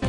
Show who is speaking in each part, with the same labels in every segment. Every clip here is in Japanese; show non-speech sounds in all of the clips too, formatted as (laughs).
Speaker 1: 蘭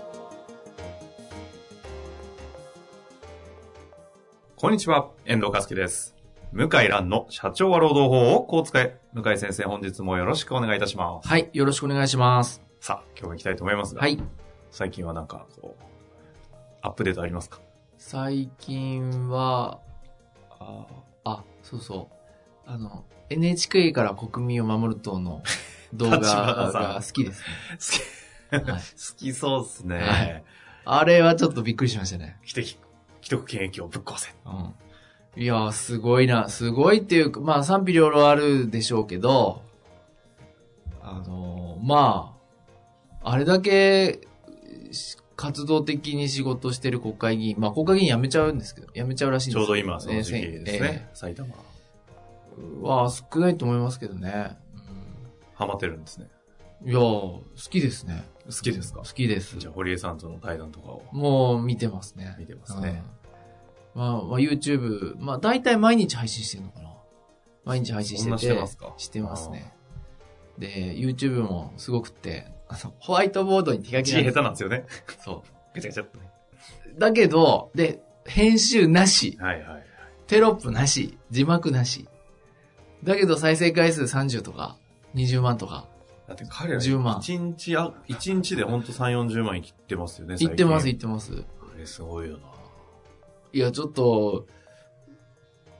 Speaker 2: こんにちは、遠藤和樹です。向井蘭の社長は労働法をこう使え。向井先生、本日もよろしくお願いいたします。
Speaker 3: はい、よろしくお願いします。
Speaker 2: さあ、今日は行きたいと思いますが、
Speaker 3: はい。
Speaker 2: 最近はなんか、こう、アップデートありますか
Speaker 3: 最近は、
Speaker 2: あ
Speaker 3: あ、そうそう。あの、NHK から国民を守る
Speaker 2: (laughs)
Speaker 3: 党の動画
Speaker 2: 立花さん
Speaker 3: が好きですね。
Speaker 2: 好き、
Speaker 3: はい
Speaker 2: 好きそうですね。
Speaker 3: はいあれはちょっとびっくりしましたね。
Speaker 2: 既得、既得権益をぶっ壊せ。
Speaker 3: うん。いやー、すごいな。すごいっていうか、まあ賛否両論あるでしょうけど、あのーまあ、あれだけし活動的に仕事してる国会議員、まあ国会議員辞めちゃうんですけど、辞めちゃうらしいん
Speaker 2: ち
Speaker 3: です
Speaker 2: ょうど
Speaker 3: い
Speaker 2: 今、その時期です
Speaker 3: え
Speaker 2: ね。埼玉、
Speaker 3: は少ないと思いますけどね。
Speaker 2: ハマってるんですね。
Speaker 3: うんいやー、好きですね。
Speaker 2: 好きですか
Speaker 3: 好きです。
Speaker 2: じゃあ、堀江さんとの対談とかを
Speaker 3: もう見てますね。
Speaker 2: 見てますね。
Speaker 3: うん。まあ、まあ、YouTube、まあ、大体毎日配信してるのかな。毎日配信して
Speaker 2: そんな
Speaker 3: て。
Speaker 2: してますか
Speaker 3: してますね。で、YouTube もすごくって、あの、ホワイトボードに手書き
Speaker 2: 字
Speaker 3: な
Speaker 2: 下
Speaker 3: んです
Speaker 2: 手なんですよね。
Speaker 3: そ
Speaker 2: ガチャガチャっとね。
Speaker 3: う。だけど、で、編集なし、
Speaker 2: はいはい。
Speaker 3: テロップなし、字幕なし。だけど再生回数30とか、20万とか。
Speaker 2: だって彼ら
Speaker 3: 10万
Speaker 2: 一日あ、一日でほんと3、40万いってますよね、
Speaker 3: いってます、
Speaker 2: 最
Speaker 3: いってます。
Speaker 2: 近。あれすごいよな。
Speaker 3: いや、ちょっと、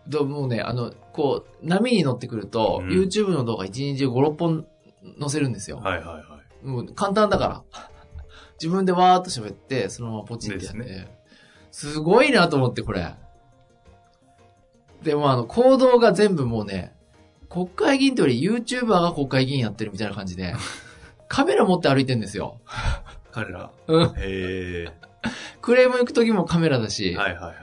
Speaker 3: どもうね、あの、こう、波に乗ってくると、
Speaker 2: うん
Speaker 3: YouTube の動画1日5、6本載せるんですよ。
Speaker 2: はいはいは
Speaker 3: もう簡単だから。 (laughs) 自分でわーっと喋って、そのままポチってやって。
Speaker 2: です
Speaker 3: すごいなと思って、これ。でも、あの、行動が全部もうね、国会議員というより YouTuber が国会議員やってるみたいな感じ
Speaker 2: (laughs)
Speaker 3: で、カメラ持って歩いてんですよ。
Speaker 2: い。彼ら。
Speaker 3: うん
Speaker 2: へ
Speaker 3: クレーム行く時もカメラだ
Speaker 2: え。
Speaker 3: し、
Speaker 2: はいはいはい。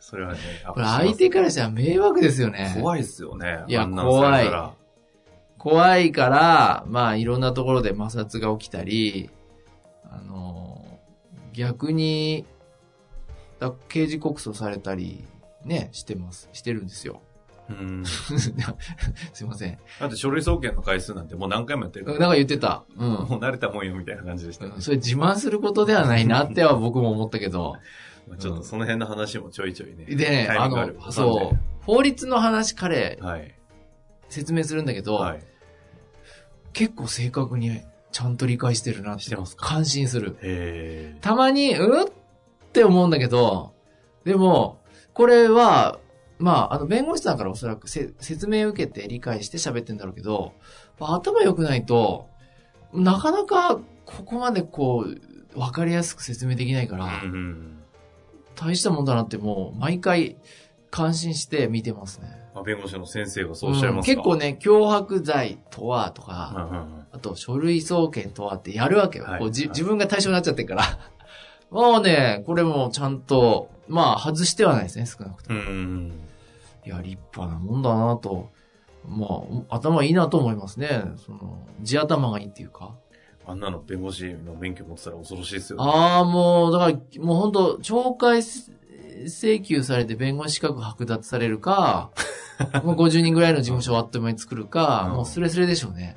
Speaker 2: それはね、
Speaker 3: これ相手かららしたら迷惑ですよね。
Speaker 2: 怖いっすよね。
Speaker 3: いや
Speaker 2: あんなのされたら
Speaker 3: 怖いから、まあいろんなところで摩擦が起きたり、あの、逆に、だ刑事告訴されたり、ね、してます、してるんですよ。 (laughs)
Speaker 2: うん。
Speaker 3: すいません。
Speaker 2: だって書類送検の回数なんてもう何回もやってるか
Speaker 3: なん
Speaker 2: ら。
Speaker 3: か言ってた。うん。
Speaker 2: もう慣れたもんよみたいな感じでしたね。
Speaker 3: それ自慢することではないなっては僕も思ったけど。
Speaker 2: まあちょっとその辺の話もちょいちょいね。
Speaker 3: でね、
Speaker 2: タイ
Speaker 3: あ
Speaker 2: ミングる
Speaker 3: の、そう、法律の話彼
Speaker 2: はい。
Speaker 3: 説明するんだけど、
Speaker 2: はい。
Speaker 3: 結構正確にちゃんと理解してるなって
Speaker 2: してますか
Speaker 3: 感心する。
Speaker 2: へえ。
Speaker 3: たまに、うんって思うんだけど、でも、これは、まあ、あの、弁護士さんからおそらくせ説明を受けて理解して喋ってんだろうけど、まあ頭良くないと、なかなかここまでこう、わかりやすく説明できないから、
Speaker 2: うんうん。
Speaker 3: 大したもんだなってもう、毎回、感心して見てますね。
Speaker 2: まあ弁護士の先生がそうおっしゃいますか
Speaker 3: うん結構ね、脅迫罪とはとか、
Speaker 2: うんうんうん。
Speaker 3: あと、書類送検とはってやるわけよ。
Speaker 2: はい
Speaker 3: こうじ
Speaker 2: はい
Speaker 3: 自分が対象になっちゃってるから。 (laughs) まあね、これもちゃんと、まあ、外してはないですね、少なくと
Speaker 2: うんうんうん。
Speaker 3: も。いや、立派なもんだなと。まあ、頭いいなと思いますね。その、地頭がいいっていうか。
Speaker 2: あんなの弁護士の免許持ってたら恐ろしいですよね。
Speaker 3: ああ、もう、だから、もう本当懲戒す請求されて弁護士資格剥奪され
Speaker 2: (laughs)
Speaker 3: るか、もう50人ぐらいの事務所をあっという間に作るか、
Speaker 2: うん
Speaker 3: もうスレスレでしょうね。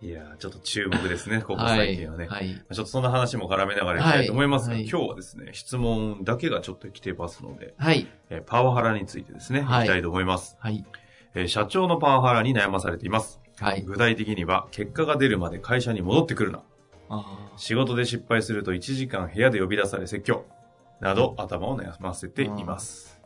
Speaker 2: いやー、ちょっと注目ですね、ここ最近はね。
Speaker 3: はい。はい
Speaker 2: ちょっとそんな話も絡めながらいきたいと思いますが、
Speaker 3: はいはい
Speaker 2: 今日はですね、質問だけがちょっと来てますので、
Speaker 3: はい。
Speaker 2: えーパワハラについてですね、
Speaker 3: はい
Speaker 2: いきたいと思います、
Speaker 3: はい。
Speaker 2: えー社長のパワハラに悩まされています。
Speaker 3: はい。
Speaker 2: 具体的には、結果が出るまで会社に戻ってくるな。
Speaker 3: あー
Speaker 2: 仕事で失敗すると1時間部屋で呼び出され説教。など、頭を悩ませています。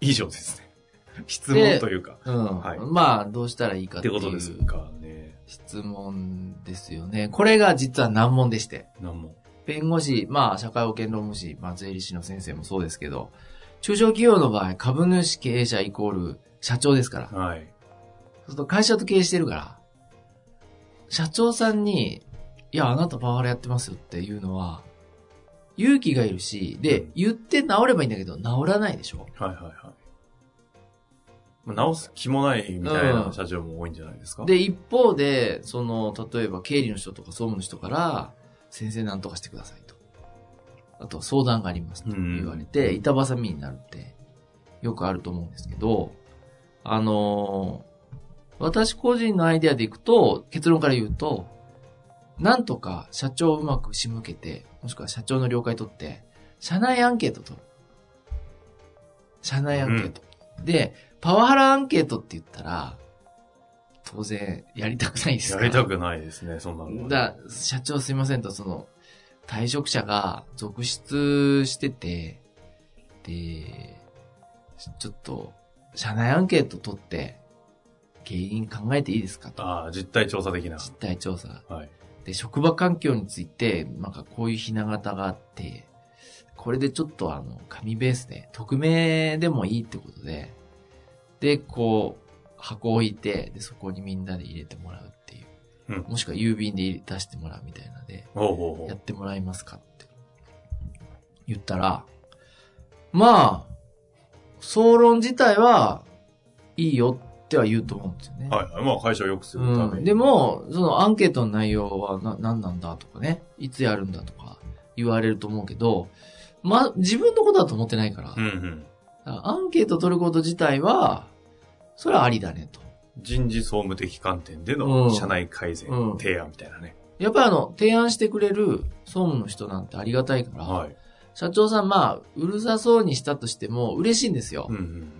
Speaker 2: 以上ですね。 (laughs) 質問というか、
Speaker 3: うん。
Speaker 2: はい
Speaker 3: まあ、どうしたらいいか
Speaker 2: っ
Speaker 3: って
Speaker 2: て
Speaker 3: いう
Speaker 2: ことですかね。
Speaker 3: 質問ですよね。これが実は難問でして。
Speaker 2: なんも。
Speaker 3: 弁護士、まあ、社会保険労務士、まあ、税理士の先生もそうですけど、中小企業の場合、株主経営者イコール社長ですから。そう
Speaker 2: はい。
Speaker 3: すると会社と経営してるから、社長さんに、いや、あなたパワハラやってますよっていうのは、勇気がいるし、で、
Speaker 2: うん
Speaker 3: 言って治ればいいんだけど、治らないでしょ
Speaker 2: はいはいはい。まあ直す気もないみたいな
Speaker 3: うん
Speaker 2: 社長も多いんじゃないですか。
Speaker 3: で、一方で、その、例えば経理の人とか総務の人から、先生なんとかしてくださいと。あと、相談がありますと
Speaker 2: うん
Speaker 3: 言われて、板挟みになるって、よくあると思うんですけど、あのー私個人のアイデアでいくと、結論から言うと、なんとか社長をうまく仕向けて、もしくは社長の了解取って、社内アンケート取る。社内アンケート。で、パワハラアンケートって言ったら、当然やりたくないです
Speaker 2: や
Speaker 3: か
Speaker 2: りたくないですね、そんなの。
Speaker 3: だ社長すいませんと、その、退職者が続出してて、で、ちょっと、社内アンケート取って、原因考えていいですかと。
Speaker 2: ああ、実態調査的な。
Speaker 3: 実態調査。
Speaker 2: はい。
Speaker 3: で、職場環境について、なんかこういうひな形があって、これでちょっとあの、紙ベースで、匿名でもいいってことで、で、こう、箱を置いて、で、そこにみんなで入れてもらうっていう。
Speaker 2: うん
Speaker 3: もしくは郵便で入れ出してもらうみたいなので、
Speaker 2: ほうほう
Speaker 3: や
Speaker 2: ほ
Speaker 3: ってもらえますかって言ったら、まあ、総論自体はいいよっては言うと思うんですよね。
Speaker 2: う。はい。まあ会社を良くするた
Speaker 3: う
Speaker 2: め
Speaker 3: ん、
Speaker 2: に。
Speaker 3: で、も、そのアンケートの内容はな何なんだとかね、いつやるんだとか言われると思うけど、ま、自分のことだと思ってないから、
Speaker 2: うんう
Speaker 3: だか
Speaker 2: ん。
Speaker 3: らアンケート取ること自体は、それはありだねと。
Speaker 2: 人事総務的観点で
Speaker 3: う
Speaker 2: の
Speaker 3: ん
Speaker 2: 社内改善
Speaker 3: うん
Speaker 2: 提案みたいなね。
Speaker 3: やっぱりあの、提案してくれる総務の人なんてありがたいから、
Speaker 2: はい。
Speaker 3: 社長さんまあ、うるさそうにしたとしても嬉しいんですよ。
Speaker 2: うんうんうん。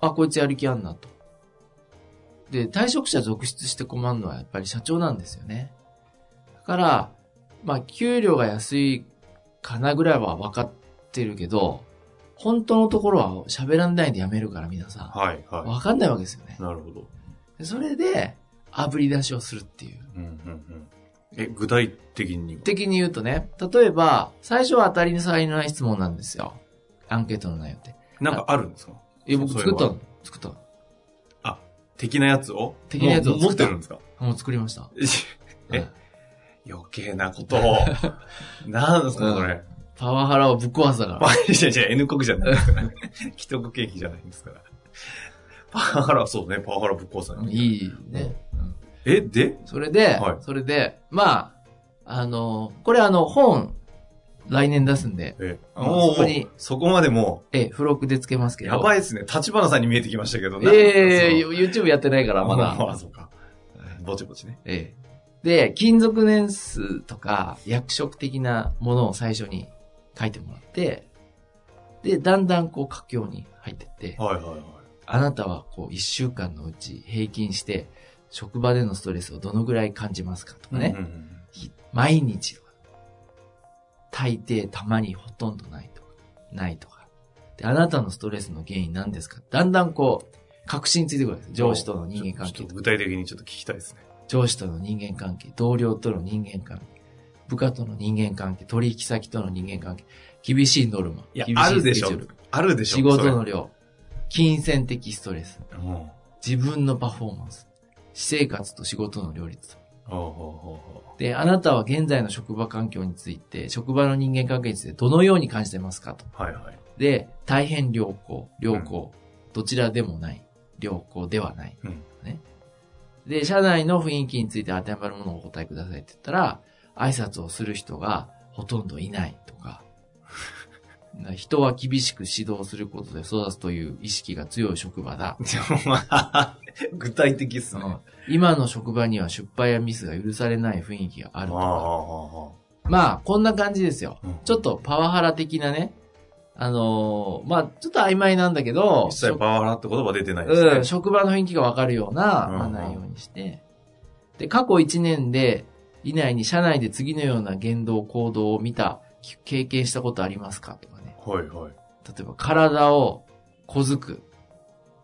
Speaker 3: あ、こいつやる気あんなと。で、退職者続出して困るのはやっぱり社長なんですよね。だから、まあ、給料が安いかなぐらいは分かってるけど、本当のところは喋らないでやめるから皆さ
Speaker 2: はい
Speaker 3: ん。
Speaker 2: は
Speaker 3: 分かんないわけですよね
Speaker 2: い。。なるほど。
Speaker 3: でそれで、炙り出しをするっていう。
Speaker 2: うんうんうん。え、具体的には
Speaker 3: 的に言うとね、例えば、最初は当たり障りのない質問なんですよ。アンケートの内容って。
Speaker 2: なんかあるんですか
Speaker 3: え、僕
Speaker 2: それ
Speaker 3: 作
Speaker 2: は
Speaker 3: ったの作ったの。
Speaker 2: 的なやつを
Speaker 3: 的なやつを
Speaker 2: もう持ってるんですか
Speaker 3: もう作りました。
Speaker 2: (laughs) え
Speaker 3: うん
Speaker 2: 余計なことを。 (laughs) なんですか、これ。 (laughs)
Speaker 3: パワハラをぶっ壊すだから。
Speaker 2: まあ、いやいや、N 国じゃない (laughs) ですから。既得権益じゃないんですから。パワハラ、そうね、パワハラぶっ壊さない。
Speaker 3: いいね。
Speaker 2: え、で
Speaker 3: それで、
Speaker 2: はい
Speaker 3: それで、まあ、あの、これあの、本、来年出すんで、
Speaker 2: え、
Speaker 3: うん
Speaker 2: もう、
Speaker 3: そこに
Speaker 2: そこまでも
Speaker 3: ええ、付録でつけます
Speaker 2: う、
Speaker 3: けど。
Speaker 2: やばいですね。立花さんに見えてきましたけど
Speaker 3: ええ YouTube やってないから、
Speaker 2: ま
Speaker 3: ま
Speaker 2: だ。あ
Speaker 3: だ。
Speaker 2: あ、そうか。ぼちぼちね。
Speaker 3: ええ。で、勤続年数とか、役職的なものを最初に書いてもらって、で、だんだんこう、佳境に入ってって、
Speaker 2: はいはいはい。
Speaker 3: あなたはこう、一週間のうち平均して、職場でのストレスをどのぐらい感じますかとかね。
Speaker 2: うんうん
Speaker 3: 毎日とか、大抵、たまに、ほとんどないとか、ないとか。で、あなたのストレスの原因何ですかだんだんこう、確信ついてくるわけです。上司との人間関
Speaker 2: ちょっ
Speaker 3: 係
Speaker 2: と
Speaker 3: と
Speaker 2: 具体的にちょっと聞きたいですね。
Speaker 3: 上司との人間関係、同僚との人間関係、部下との人間関係、取引先との人間関係、厳しいノルマ、
Speaker 2: いや、
Speaker 3: 厳し
Speaker 2: ある
Speaker 3: スケ
Speaker 2: で
Speaker 3: ジ
Speaker 2: し
Speaker 3: ュ
Speaker 2: ょ
Speaker 3: ール。
Speaker 2: あるでしょ
Speaker 3: 仕事の量、金銭的ストレス、
Speaker 2: それうん。
Speaker 3: 自分のパフォーマンス、私生活と仕事の両立
Speaker 2: ほうほうほうほう
Speaker 3: で、あなたは現在の職場環境について、職場の人間関係についてどのように感じてますかと。
Speaker 2: はいはい。
Speaker 3: で、大変良好、良好、どちらでもない、良好ではない。
Speaker 2: うん
Speaker 3: ね。で、社内の雰囲気について当てはまるものをお答えくださいって言ったら、挨拶をする人がほとんどいないと
Speaker 2: (laughs)
Speaker 3: か、人は厳しく指導することで育つという意識が強い職場だ。
Speaker 2: でもまあ、具体的っすね。
Speaker 3: うん今の職場には失敗やミスが許されない雰囲気があると
Speaker 2: あ
Speaker 3: か。
Speaker 2: あ
Speaker 3: まあ、こんな感じですよ。
Speaker 2: うん
Speaker 3: ちょっとパワハラ的なね、あのーまあ、ちょっと曖昧なんだけど、
Speaker 2: 一切パワハラって言葉出てないですね。
Speaker 3: うん、職場の雰囲気がわかるような、
Speaker 2: うん
Speaker 3: まあ内容にして、で、過去1年で、以内に社内で次のような言動、行動を見た、き経験したことありますかとかね。
Speaker 2: はいはい。
Speaker 3: 例えば、体を小づく、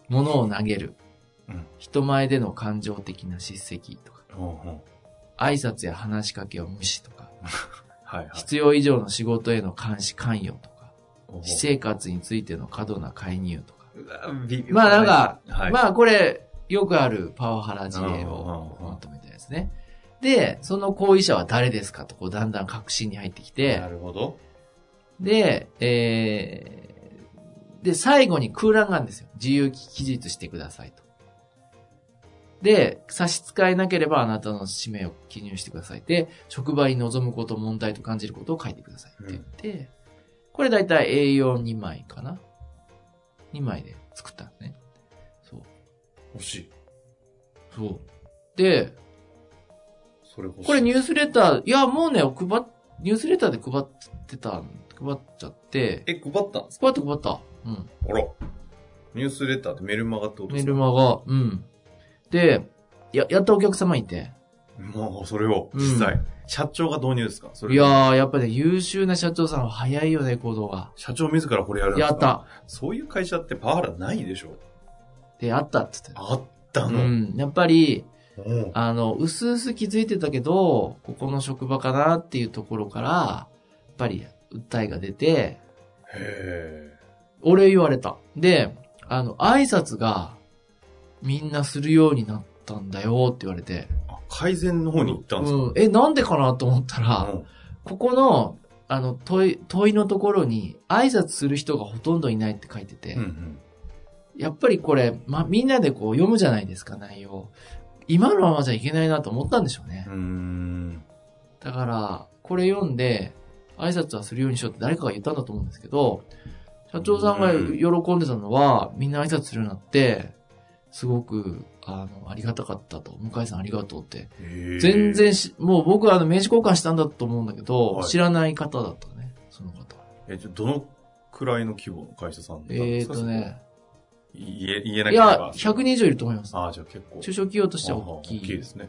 Speaker 3: 物を投げる、
Speaker 2: うん
Speaker 3: 人前での感情的な叱責とか、
Speaker 2: うんうん
Speaker 3: 挨拶や話しかけを無視とか、
Speaker 2: はいはい。
Speaker 3: 必要以上の仕事への監視関与とか、
Speaker 2: おう
Speaker 3: 私生活についての過度な介入とか。
Speaker 2: うわ微妙
Speaker 3: まあなんか、
Speaker 2: はい
Speaker 3: まあこれ、よくあるパワハラ事例
Speaker 2: うんうんうん
Speaker 3: をまとめたやつね。で、その行為者は誰ですかと、こう、だんだん確信に入ってきて
Speaker 2: な、るほど。
Speaker 3: で、えー、で、最後に空欄があるんですよ。自由記述してくださいと。で、差し支えなければあなたの使命を記入してください。で、職場に望むこと、問題と感じることを書いてくださいって言って、これだいたい A42 枚かな ?2 枚で作ったんですね。そう。
Speaker 2: 欲しい。
Speaker 3: そう。で、
Speaker 2: それ欲しい。
Speaker 3: これニュースレター、いや、もうね、配っ、ニュースレターで配ってたん、配っちゃって、
Speaker 2: え、配ったんです
Speaker 3: 配った配った。うん。
Speaker 2: かあら。ニュースレターってメルマガってことで
Speaker 3: メ
Speaker 2: すか
Speaker 3: ルマが、うん。で、や、やったお客様いて。
Speaker 2: もう、それを、実際、社長が導入ですかそれ
Speaker 3: いやー、やっぱね、優秀な社長さんは早いよね、行動が。
Speaker 2: 社長自らこれやるんです
Speaker 3: や
Speaker 2: か
Speaker 3: った。
Speaker 2: そういう会社ってパワハラないでしょ
Speaker 3: で、やったって言って
Speaker 2: あった
Speaker 3: た。う
Speaker 2: の。
Speaker 3: ん。やっぱり、
Speaker 2: うん
Speaker 3: あの、うすうす気づいてたけど、ここの職場かなっていうところから、やっぱり、訴えが出て、
Speaker 2: へ
Speaker 3: 俺言われた。で、あの、挨拶が、みんなするようになったんだよって言われて。
Speaker 2: え。あ改善の方に行ったんですか、
Speaker 3: うん。え、なんでかなと思ったら、
Speaker 2: うん
Speaker 3: ここの、あの、問い、問いのところに、挨拶する人がほとんどいないって書いてて、
Speaker 2: うんうん
Speaker 3: やっぱりこれ、ま、みんなでこう読むじゃないですか、内容。今のままじゃいけないなと思ったんでしょうね
Speaker 2: う。ーん。
Speaker 3: だから、これ読んで、挨拶はするようにしようって誰かが言ったんだと思うんですけど、社長さんが
Speaker 2: うん
Speaker 3: 喜んでたのは、みんな挨拶するようになって、すごく、あの、ありがたかったと。向井さんありがとうって。
Speaker 2: へー
Speaker 3: 全。然し、もう僕はあの名刺交換したんだと思うんだけど、
Speaker 2: はい
Speaker 3: 知らない方だったね、その方。
Speaker 2: え、ちょどのくらいの規模の会社さんだったん
Speaker 3: え
Speaker 2: で
Speaker 3: ー
Speaker 2: すか
Speaker 3: と。ね。
Speaker 2: それ言え、言えないけれ
Speaker 3: や、
Speaker 2: ば。
Speaker 3: 100人以上いると思います。
Speaker 2: ああ、じゃあ結構。
Speaker 3: 中小企業としては大き
Speaker 2: ああ大きい
Speaker 3: い
Speaker 2: で。すね。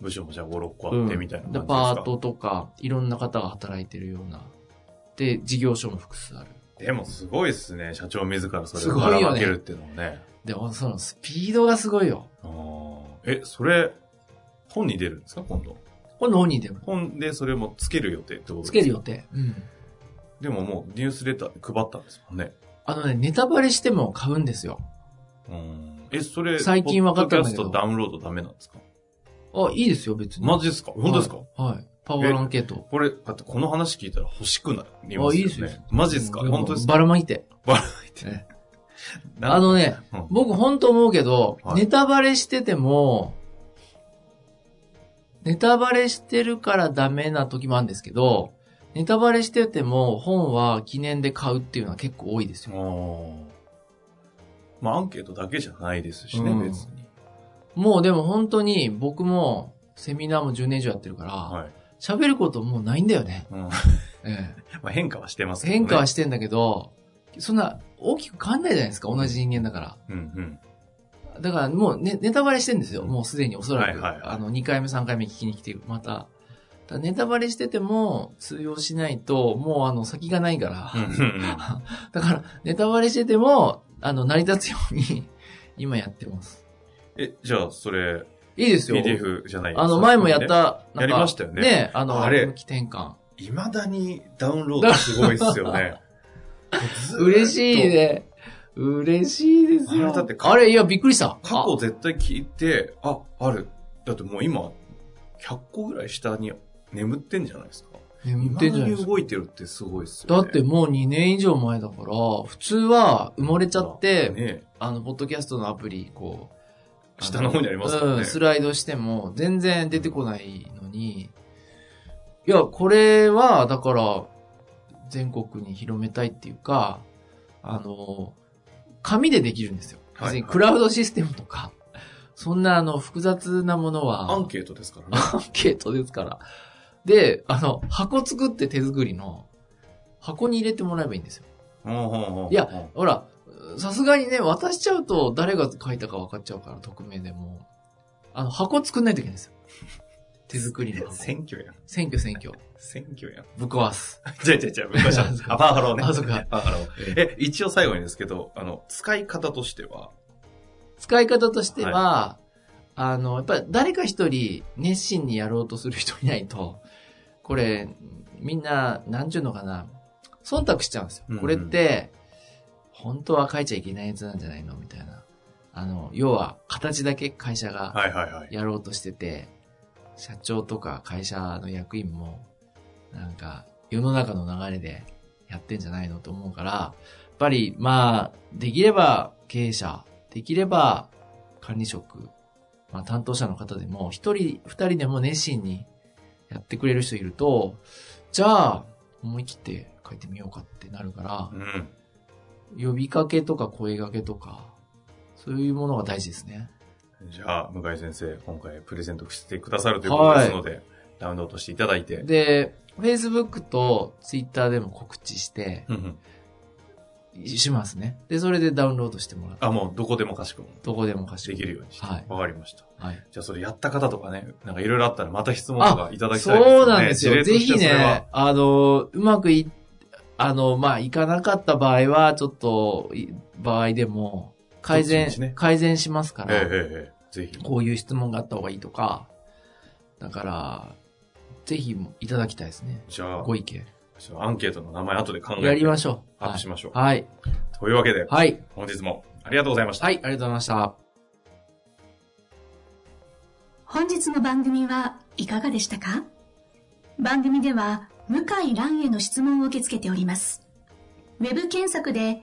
Speaker 2: 部署もじゃあ5、6個
Speaker 3: う
Speaker 2: あ
Speaker 3: ん
Speaker 2: ってみたいな感じで
Speaker 3: で
Speaker 2: すか、
Speaker 3: パートとか、いろんな方が働いてるような。で、事業所も複数ある。
Speaker 2: でもすごいですね。社長自らそ
Speaker 3: す
Speaker 2: れを
Speaker 3: ごい
Speaker 2: ば
Speaker 3: よね
Speaker 2: らまけるっていうのもね。
Speaker 3: で、そのスピードがすごいよ。
Speaker 2: あーえ、それ、本に出るんですか今度。
Speaker 3: これ何人でも。
Speaker 2: 本でそれもつける予定ってことです
Speaker 3: つ
Speaker 2: か
Speaker 3: ける予定。うん。
Speaker 2: でももうニュースレターで配ったんですもんね。
Speaker 3: あのね、ネタバレしても買うんですよ。
Speaker 2: うん。え、それ、
Speaker 3: 最近分かったんだけど
Speaker 2: ポッドキャストダウンロードダメなんですか
Speaker 3: あ、いいですよ、別に。
Speaker 2: マジですか本当ですか、
Speaker 3: はい。パワーアンケート。
Speaker 2: これ、だってこの話聞いたら欲しくなりますよね。
Speaker 3: あいいですよ
Speaker 2: マジですか
Speaker 3: うん
Speaker 2: 本当ですか
Speaker 3: ばらまいて。
Speaker 2: ばらまいて
Speaker 3: ね
Speaker 2: な
Speaker 3: あのね、
Speaker 2: うん
Speaker 3: 僕本当思うけど、
Speaker 2: はい
Speaker 3: ネタバレしてても、ネタバレしてるからダメな時もあるんですけど、ネタバレしてても本は記念で買うっていうのは結構多いですよ。
Speaker 2: うんまあアンケートだけじゃないですしね、
Speaker 3: うん
Speaker 2: 別に。
Speaker 3: もうでも本当に僕もセミナーも10年以上やってるから、
Speaker 2: はい。
Speaker 3: 喋、ることもうないんだよね。
Speaker 2: うん (laughs) ま
Speaker 3: ええ
Speaker 2: あ変化はしてますけどね。
Speaker 3: 変化はしてんだけど、そんな大きく変わんないじゃないですか、同じ人間だから。
Speaker 2: うんうん。
Speaker 3: だからもうネネタバレしてんですよ。もうすでにおそらく。
Speaker 2: はいはいはい
Speaker 3: あの、2回目、3回目聞きに来て、また。だからネタバレしてても通用しないと、もうあの、先がないから。
Speaker 2: うんうんうん
Speaker 3: だから、ネタバレしてても、あの、成り立つように、 (laughs) 今やってます。
Speaker 2: え、じゃあ、それ、
Speaker 3: いいですよ。
Speaker 2: PDF じゃない
Speaker 3: あの、前もやっ。た、
Speaker 2: やりましたよね
Speaker 3: ね、あの、
Speaker 2: あれ
Speaker 3: 向き転換。
Speaker 2: いまだにダウンロードすごいっすよ
Speaker 3: (laughs)
Speaker 2: ね。ずーっと
Speaker 3: 嬉しい。ね。嬉しいです
Speaker 2: あ
Speaker 3: よ。
Speaker 2: れだって
Speaker 3: あれ、いや、びっくりした。
Speaker 2: 過去絶対聞いて、あ、ある。だってもう今、100個ぐらい下に眠ってんじゃないですか。
Speaker 3: あ眠
Speaker 2: 今
Speaker 3: ってんじゃないですか
Speaker 2: 動いてるってすごいっす
Speaker 3: だ
Speaker 2: よね。
Speaker 3: ってもう2年以上前だから、普通は埋もれちゃって、
Speaker 2: ね
Speaker 3: あの、ポッドキャストのアプリ、こう。
Speaker 2: 下の方にあります
Speaker 3: か
Speaker 2: からね
Speaker 3: うん、スライドしても全然出てこないのに。いや、これは、だから、全国に広めたいっていうか、あの、紙でできるんですよ。
Speaker 2: はい
Speaker 3: 別にクラウドシステムとか、そんなあの、複雑なものは、
Speaker 2: アンケートですからね。
Speaker 3: アンケートですから。で、あの、箱作って手作りの、箱に入れてもらえばいいんですよ。
Speaker 2: うんうんうん
Speaker 3: いや、ほら、さすがにね、渡しちゃうと誰が書いたか分かっちゃうから、匿名でも。あの、箱作んないといけないんで
Speaker 2: (laughs)
Speaker 3: すよ。手作りの箱。
Speaker 2: 選挙やん。
Speaker 3: 選挙選挙。
Speaker 2: 選挙やん。 (laughs)
Speaker 3: ぶっ壊す。
Speaker 2: じゃあじゃあじゃあ、昔はあ、パワハローね。
Speaker 3: あそうか
Speaker 2: パワハロー。え、一応最後にですけど、あの、使い方としては、
Speaker 3: 使い方としては、あの、やっぱり誰か一人熱心にやろうとする人いないと、これ、みんな、なんちゅうのかな、忖度しちゃうんです
Speaker 2: うんうん
Speaker 3: よ。これって、本当は書いちゃいけないやつなんじゃないのみたいな。あの、要は、形だけ会社が
Speaker 2: はいはいはい。
Speaker 3: やろうとしてて、社長とか会社の役員も、なんか、世の中の流れでやってんじゃないのと思うから、やっぱり、まあ、できれば経営者、できれば管理職、まあ担当者の方でも、一人、二人でも熱心にやってくれる人いると、じゃあ、思い切って書いてみようかってなるから、
Speaker 2: うん。
Speaker 3: 呼びかけとか声掛けとか、そういうものが大事ですね。
Speaker 2: じゃあ、向井先生、今回プレゼントしてくださるということですので、ダウンロードしていただいて。
Speaker 3: で、Facebook と Twitter でも告知して、
Speaker 2: うんうん
Speaker 3: しますね。で、それでダウンロードしてもらって、
Speaker 2: あ、もうどこでもかしこも
Speaker 3: どこでもかし
Speaker 2: で
Speaker 3: こ
Speaker 2: きるようにして。
Speaker 3: はい
Speaker 2: わかりました。
Speaker 3: はい。
Speaker 2: じゃあ、それやった方とかね、なんかいろいろあったらまた質問とかいただきたいですね。
Speaker 3: そうなんです
Speaker 2: 事
Speaker 3: よ。
Speaker 2: 例と
Speaker 3: ぜ
Speaker 2: して
Speaker 3: ひ
Speaker 2: はそれは
Speaker 3: ね、あの、うまくい、あの、まあ、いかなかった場合は、ちょっと、い場合でも、改
Speaker 2: どっち
Speaker 3: 善、
Speaker 2: にしね
Speaker 3: 改善しますから、
Speaker 2: ええええええぜひ。
Speaker 3: こういう質問があった方がいいとか、だから、ぜひいただきたいですね。
Speaker 2: じゃあ、
Speaker 3: ご意見。
Speaker 2: ちょっとアンケートの名前後で考えて。
Speaker 3: やりましょう。
Speaker 2: アッ
Speaker 3: は
Speaker 2: プ
Speaker 3: い
Speaker 2: し。ましょう。
Speaker 3: はい。
Speaker 2: というわけで、
Speaker 3: はい。
Speaker 2: 本日もありがとうございました。
Speaker 3: はい、ありがとうございました。
Speaker 1: 本日の番組はいかがでしたか番組では向井蘭への質問を受け付けております。ウェブ検索で